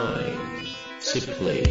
Mind. Simply.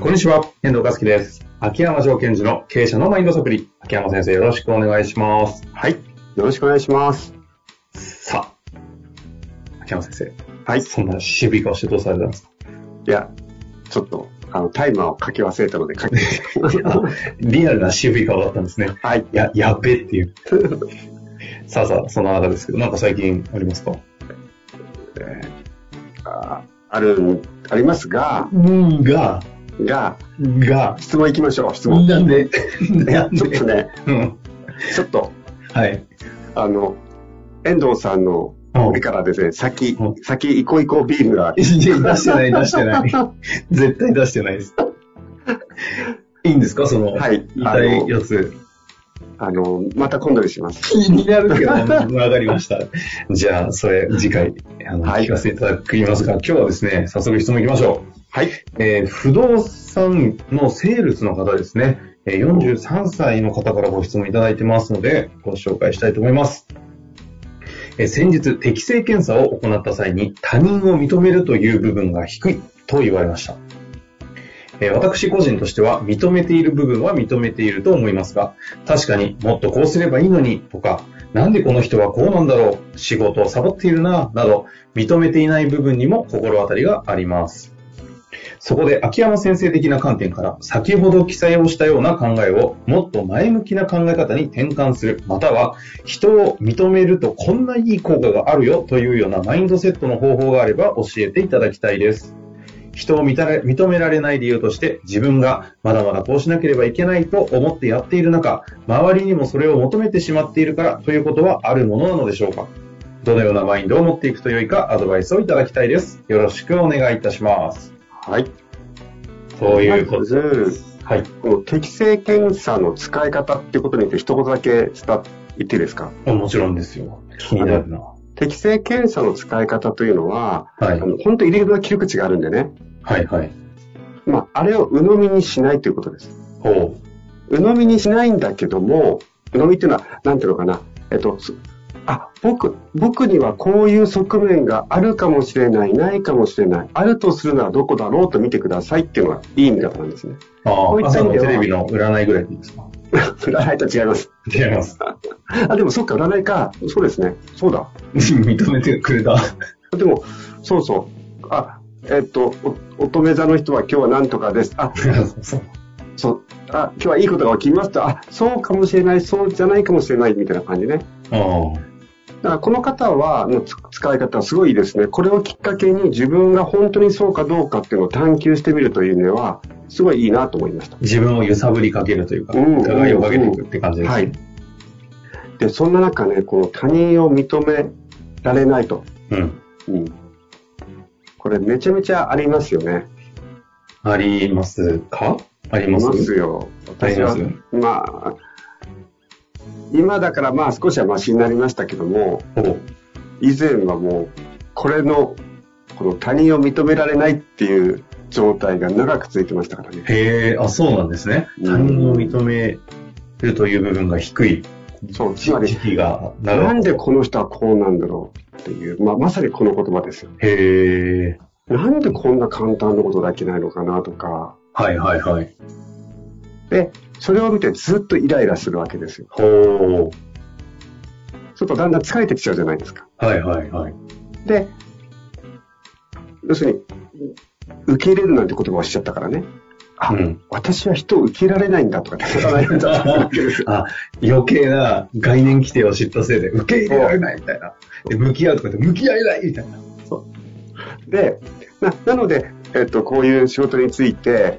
こんにちは、遠藤和樹です。秋山条件時の経営者のマインドサプリ。秋山先生、よろしくお願いします。はい。よろしくお願いします。さあ、秋山先生。はいそんな渋い顔してどうされたんですかいや、ちょっと、あの、タイマーをかけ忘れたので、かけリアルな渋い顔だったんですね。はい。や、やべって いう。さあさあ、そんな中ですけど、なんか最近ありますかあある、ありますが、うん、が、が、が、質問行きましょう、質問。なんで、いや、ちょっでとね、うん。ちょっと、はい。あの、遠藤さんの目からですね、先う、先、イコイコビームが、いや出してない、出してない。絶対出してないです。いいんですかその、はい言いたいやつ。あの、また今度にします。気になるけど、わかりました。 じゃあ、それ、次回、あの、はい聞かせていただきますが、今日はですね、早速質問いきましょはい。う。えー不動産のセールスの方ですね、えー43歳の方からご質問いただいてますので、ご紹介したいと思います。えー先日、適正検査を行った際に他人を認めるという部分が低いと言われました。えー私個人としては認めている部分は認めていると思いますが、確かにもっとこうすればいいのにとか、なんでこの人はこうなんだろう、仕事をサボっているな、など、認めていない部分にも心当たりがあります。そこで秋山先生的な観点から、先ほど記載をしたような考えをもっと前向きな考え方に転換する、または人を認めるとこんないい効果があるよというようなマインドセットの方法があれば教えていただきたいです。人を認め認められない理由として自分がまだまだこうしなければいけないと思ってやっている中、周りにもそれを求めてしまっているからということはあるものなのでしょうかどのようなマインドを持っていくとよいかアドバイスをいただきたいです。よろしくお願いいたします。はい。ということで。です。はい。この適正検査の使い方っていうことについて一言だけ伝って言っていいですかあもちろんですよ。気になるな。は適正検査の使い方というのは、いあ。の本当に入り口と切り口があるんでね、はいはい。まあ、あれを鵜呑みにしないということです。ほう。鵜呑みにしないんだけども、鵜呑みっていうのは、なんていうのかな、えっと、すあ、僕、僕にはこういう側面があるかもしれない、ないかもしれない、あるとするならどこだろうと見てくださいっていうのがいい見方なんですね。 あこういあ、った朝意の味ではテレビの占いぐらいでいいですか占いと違います。違います。あ、でもそっか、占いか。そうですね。そうだ。 認めてくれ た。でも、そうそう。あ、えっと、お乙女座の人は今日は何とかです。あ、そうそう、あ、今日はいいことが起きました。あ、そうかもしれない、そうじゃないかもしれない、みたいな感じね。ああ。だからこの方は、のつ使い方はすごいいいですね。これをきっかけに自分が本当にそうかどうかっていうのを探求してみるというのは、すごいいいなと思いました。自分を揺さぶりかけるというか、うん疑いをかけていくって感じです。はい。で、そんな中ね、この他人を認められないと。うん。うん。これめちゃめちゃありますよね。ありますかありいまますすよ。あり私まはす。まあ、今だからまあ少しはマシになりましたけども、ほう。以前はもう、これの、この他人を認められないっていう状態が長く続いてましたからね。へえ、あ、そうなんですね。うん他人を認めるという部分が低いそう、つ時まり、期が長なんい。でこの人はこうなんだろうっていう、まあ、まさにこの言葉ですよ。へえ、なんでこんな簡単なことができないのかなとか、はいはいはい。で、それを見てずっとイライラするわけですよ。ほう。ちょっとだんだん疲れてきちゃうじゃないですか。はいはいはい。で、要するに、受け入れるなんて言葉をしちゃったからね。あ、うん私は人を受け入れられないんだとかって言われちゃったわけですよ。あ、余計な概念規定を知ったせいで受け入れられないみたいな。で、向き合うとかで向き合えないみたいな。で、ななので、えっと、こういう仕事について、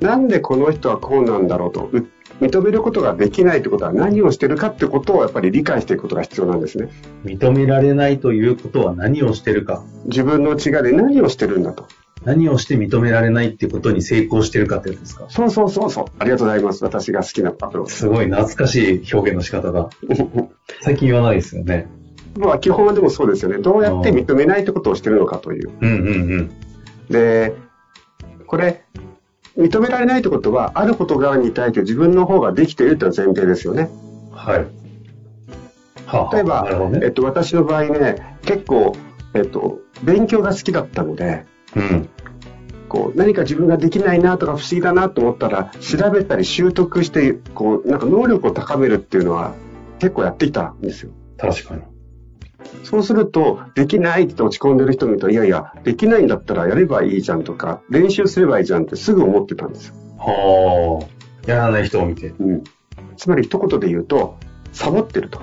なんでこの人はこうなんだろうと、う認めることができないってことは何をしてるかってことをやっぱり理解していくことが必要なんですね。認められないということは何をしてるか。自分の違いで何をしてるんだと。何をして認められないってことに成功してるかってやつですかそうそうそうそう。ありがとうございます。私が好きなアプローチ。すごい懐かしい表現の仕方が。最近言わないですよね。 まあ基本はでもそうですよね。どうやって認めないってことをしてるのかという。うんうんうん。で、これ、認められないってことは、あることがに対して自分の方ができているっていうのは前提ですよね。はい。はあ例えなるほば、どえねっ。と、私の場合ね、結構、えっと、勉強が好きだったので、うん。こう、何か自分ができないなとか不思議だなと思ったら、調べたり習得して、こう、なんか能力を高めるっていうのは、結構やってきたんですよ。確かに。そうすると、できないって落ち込んでる人見ると、いやいや、できないんだったらやればいいじゃんとか、練習すればいいじゃんってすぐ思ってたんですよ。はあ。やらない人を見て。うん。つまり一言で言うと、サボってると。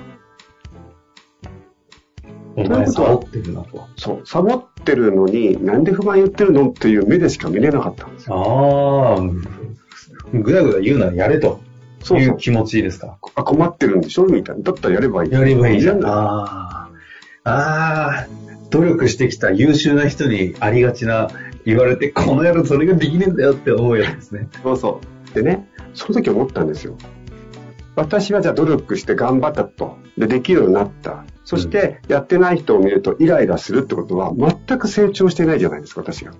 おという前ことサはボってるなと。そう。サボってるのに、なんで不満言ってるのっていう目でしか見れなかったんですよ。ああ、ぐだぐだ言うならやれとそいうそうう。気持ちいいですか。あ、困ってるんでしょみたいな。だったらやればいい。やればいいじゃん。やああ。ああ。努力してきた優秀な人にありがちな言われて、この野郎それができねえんだよって思うやつですね。そうそう。でね、その時思ったんですよ。私はじゃあ努力して頑張ったと。で、できるようになった。そして、やってない人を見るとイライラするってことは、全く成長してないじゃないですか、私が。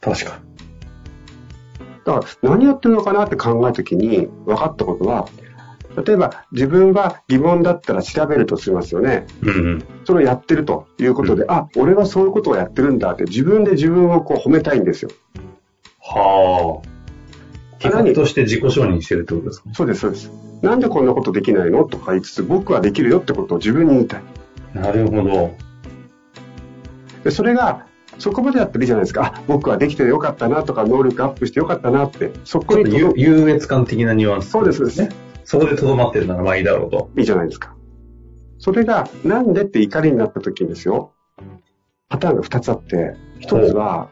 確かに。だから、何やってるのかなって考えた時に、分かったことは、例えば、自分は疑問だったら調べるとしますよね。うんうん。それをやってるということで、あ、俺はそういうことをやってるんだって、自分で自分をこう褒めたいんですよ。はあ。結果として自己承認してるってことですかそうです、そうです。なんでこんなことできないのとか言いつつ、僕はできるよってことを自分に言いたい。なるほど。でそれがそこまでだったらいいじゃないですかあ僕はできてよかったなとか能力アップしてよかったなってそこに優届く優越感的なニュアンス。そうですそうです、そこでとどまってるならまあいいだろうと。いいじゃないですかそれがなんでって怒りになった時にですよパターンが2つあって1つは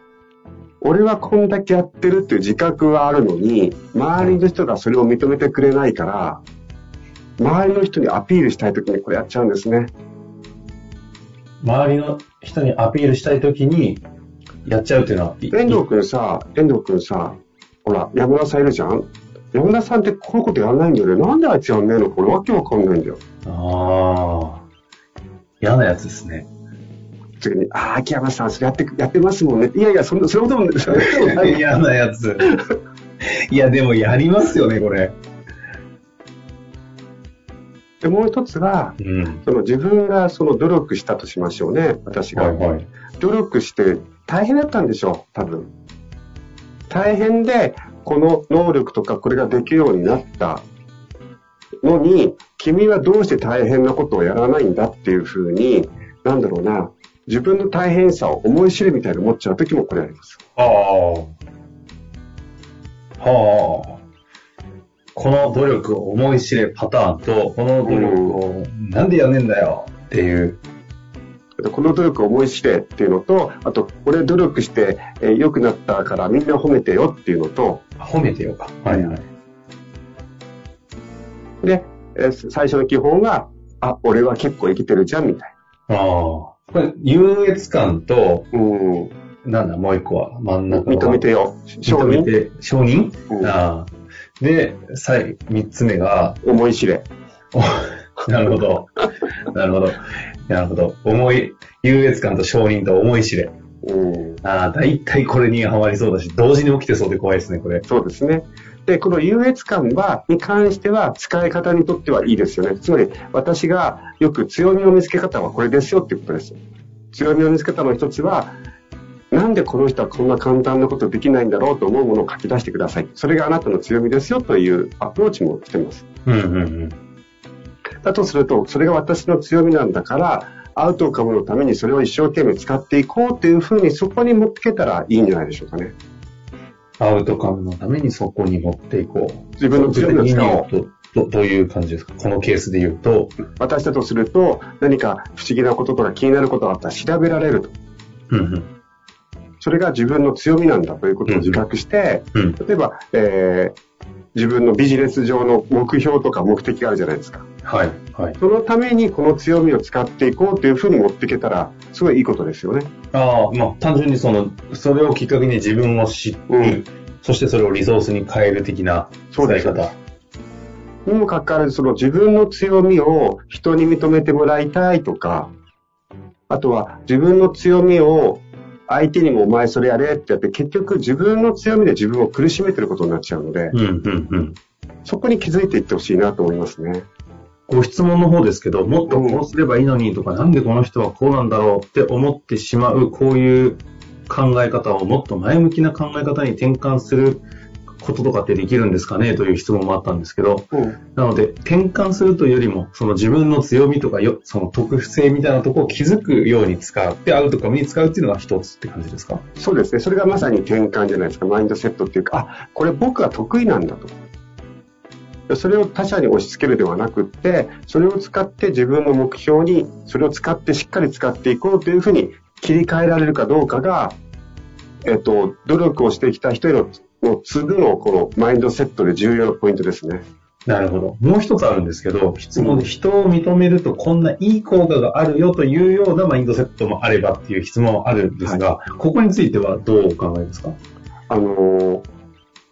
俺はこんだけやってるっていう自覚はあるのに周りの人がそれを認めてくれないから周りの人にアピールしたい時にこれやっちゃうんですね周りの人にアピールしたいときに、やっちゃうっていうのは、い遠藤君さ、遠藤君さ、ほら、山田さんいるじゃん山田さんってこういうことやらないんだよね。なんであいつやんねえのこれわけわかんないんだよ。ああ、嫌なやつですね。次に、ああ、秋山さん、それやって、やってますもんね。いやいや、そんな、それほどもない、それほども な い。嫌なやつ。いや、でもやりますよね、これ。で、もう一つは、うん。その自分がその努力したとしましょうね。私はが。いはい。努力して大変だったんでしょう、多分。大変で、この能力とかこれができるようになったのに、君はどうして大変なことをやらないんだっていうふうに、なんだろうな、自分の大変さを思い知るみたいに思っちゃう時もこれあります。ああ。はあ。この努力を思い知れパターンと、この努力を、なんでやんねえんだよっていう。この努力を思い知れっていうのと、あと、これ努力してえー良くなったからみんな褒めてよっていうのと、褒めてよか。はいはい。で、えー最初の基本が、あ、俺は結構生きてるじゃんみたいああ。これ、優越感と、な。うん。なんだ、もう一個は、真ん中の認めてよ。承認め認て、承認、うんああで、最、三つ目が、思い知れ。おなるほど。なるほど。なるほど。思い、優越感と承認と思い知れ。うん、ああ、だいたいこれにはまりそうだし、同時に起きてそうで怖いですね、これ。そうですね。で、この優越感は、に関しては、使い方にとってはいいですよね。つまり、私がよく強みの見つけ方はこれですよっていうことです。強みの見つけ方の一つは、なんでこの人はこんな簡単なことできないんだろうと思うものを書き出してください。それがあなたの強みですよというアプローチもしてます。うんうんだとすると、それが私の強みなんだから、アウトカムのためにそれを一生懸命使っていこうというふうに、そこに持ってけたらいいんじゃないでしょうかね。アウトカムのためにそこに持っていこう。自分の強みの力をどどどういう感じですかこのケースで言うと、私だとすると何か不思議なこととか気になることがあったら調べられるとうんうん。それが自分の強みなんだということを自覚して、うん。例えば、えー自分のビジネス上の目標とか目的があるじゃないですかはい。はい。そのためにこの強みを使っていこうというふうに持っていけたらすごいいいことですよねああ、まあ、単純にその、それをきっかけに自分を知る、うんそしてそれをリソースに変える的なそうです使い方。にもかかわらずその自分の強みを人に認めてもらいたいとかあとは自分の強みを相手にもお前それやれってやって、結局自分の強みで自分を苦しめてることになっちゃうので、うん、うん、うん。そこに気づいていってほしいなと思いますね。ご質問の方ですけど、もっとこうすればいいのにとか、なんでこの人はこうなんだろうって思ってしまう、こういう考え方をもっと前向きな考え方に転換することとかってできるんですかねという質問もあったんですけど、うん。なので、転換するというよりも、その自分の強みとかよ、その特性みたいなところを気づくように使って、アウトカムに使うっていうのが一つって感じですかそうですね。それがまさに転換じゃないですか。マインドセットっていうか、あ、これ僕は得意なんだと。それを他者に押し付けるではなくって、それを使って自分の目標に、それを使ってしっかり使っていこうというふうに切り替えられるかどうかが、えっと、努力をしてきた人への、の次のこのマインドセットで重要なポイントですね。なるほど。もう一つあるんですけど、質問で人を認めるとこんないい効果があるよというようなマインドセットもあればっていう質問はあるんですが、ここについてはどうお考えですかあのー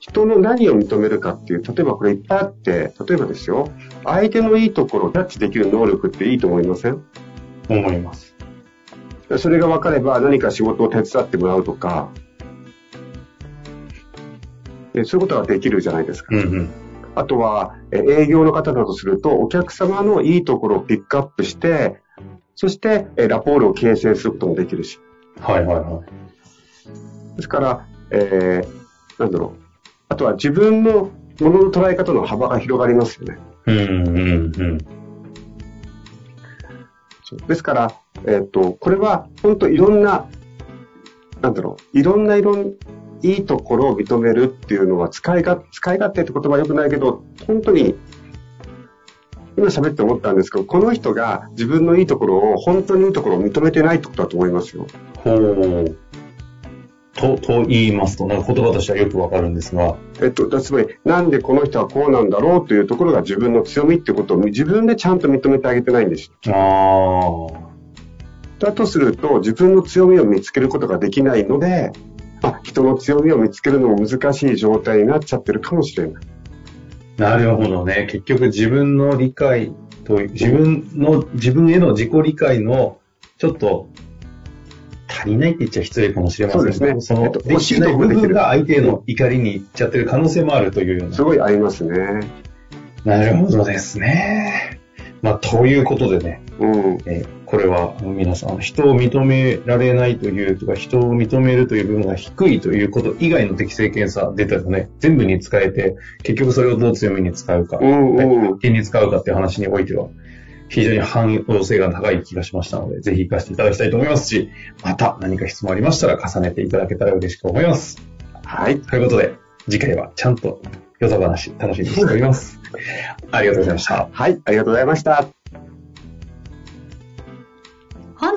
人の何を認めるかっていう、例えばこれいっぱいあって、例えばですよ、相手のいいところをキャッチできる能力っていいと思いません思います。それが分かれば何か仕事を手伝ってもらうとか、えそういうことができるじゃないですか。うんうん。あとは、え営業の方だとすると、お客様のいいところをピックアップして、そして、えラポールを形成することもできるし。はいはいはい。ですから、えーなんだろう。あとは自分のものの捉え方の幅が広がりますよね。うんうんうん。ですから、えっ、と、これは本当いろんな、なんだろう、いろんないろん、いいところを認めるっていうのは使いが、使い勝手って言葉は良くないけど、本当に、今喋って思ったんですけど、この人が自分のいいところを、本当にいいところを認めてないってことだと思いますよ。ほう。と、と言いますと、なんか言葉としてはよくわかるんですが、えっと、だつまり、なんでこの人はこうなんだろうというところが自分の強みってことを自分でちゃんと認めてあげてないんですよ。ああ。だとすると、自分の強みを見つけることができないので、あ、人の強みを見つけるのも難しい状態になっちゃってるかもしれない。なるほどね。結局自分の理解という、自分の、自分への自己理解の、ちょっと、足りないって言っちゃ失礼かもしれませんけどそうですねその、えっとできてない部分が相手への怒りにいっちゃってる可能性もあるというようなす。ごいありますね。なるほどですね。まあ、ということでね、うん。えーこれはあの皆さん、人を認められないというとか、人を認めるという部分が低いということ以外の適正検査出たのね、全部に使えて、結局それをどう強みに使うか、うんうん発見に使うかっていう話においては、非常に汎用性が高い気がしましたので、ぜひ活かしていただきたいと思いますし、また何か質問ありましたら重ねていただけたら嬉しく思います。はい。ということで、次回はちゃんとヨザ話楽しみにしております。ありがとうございました。はい。ありがとうございました。本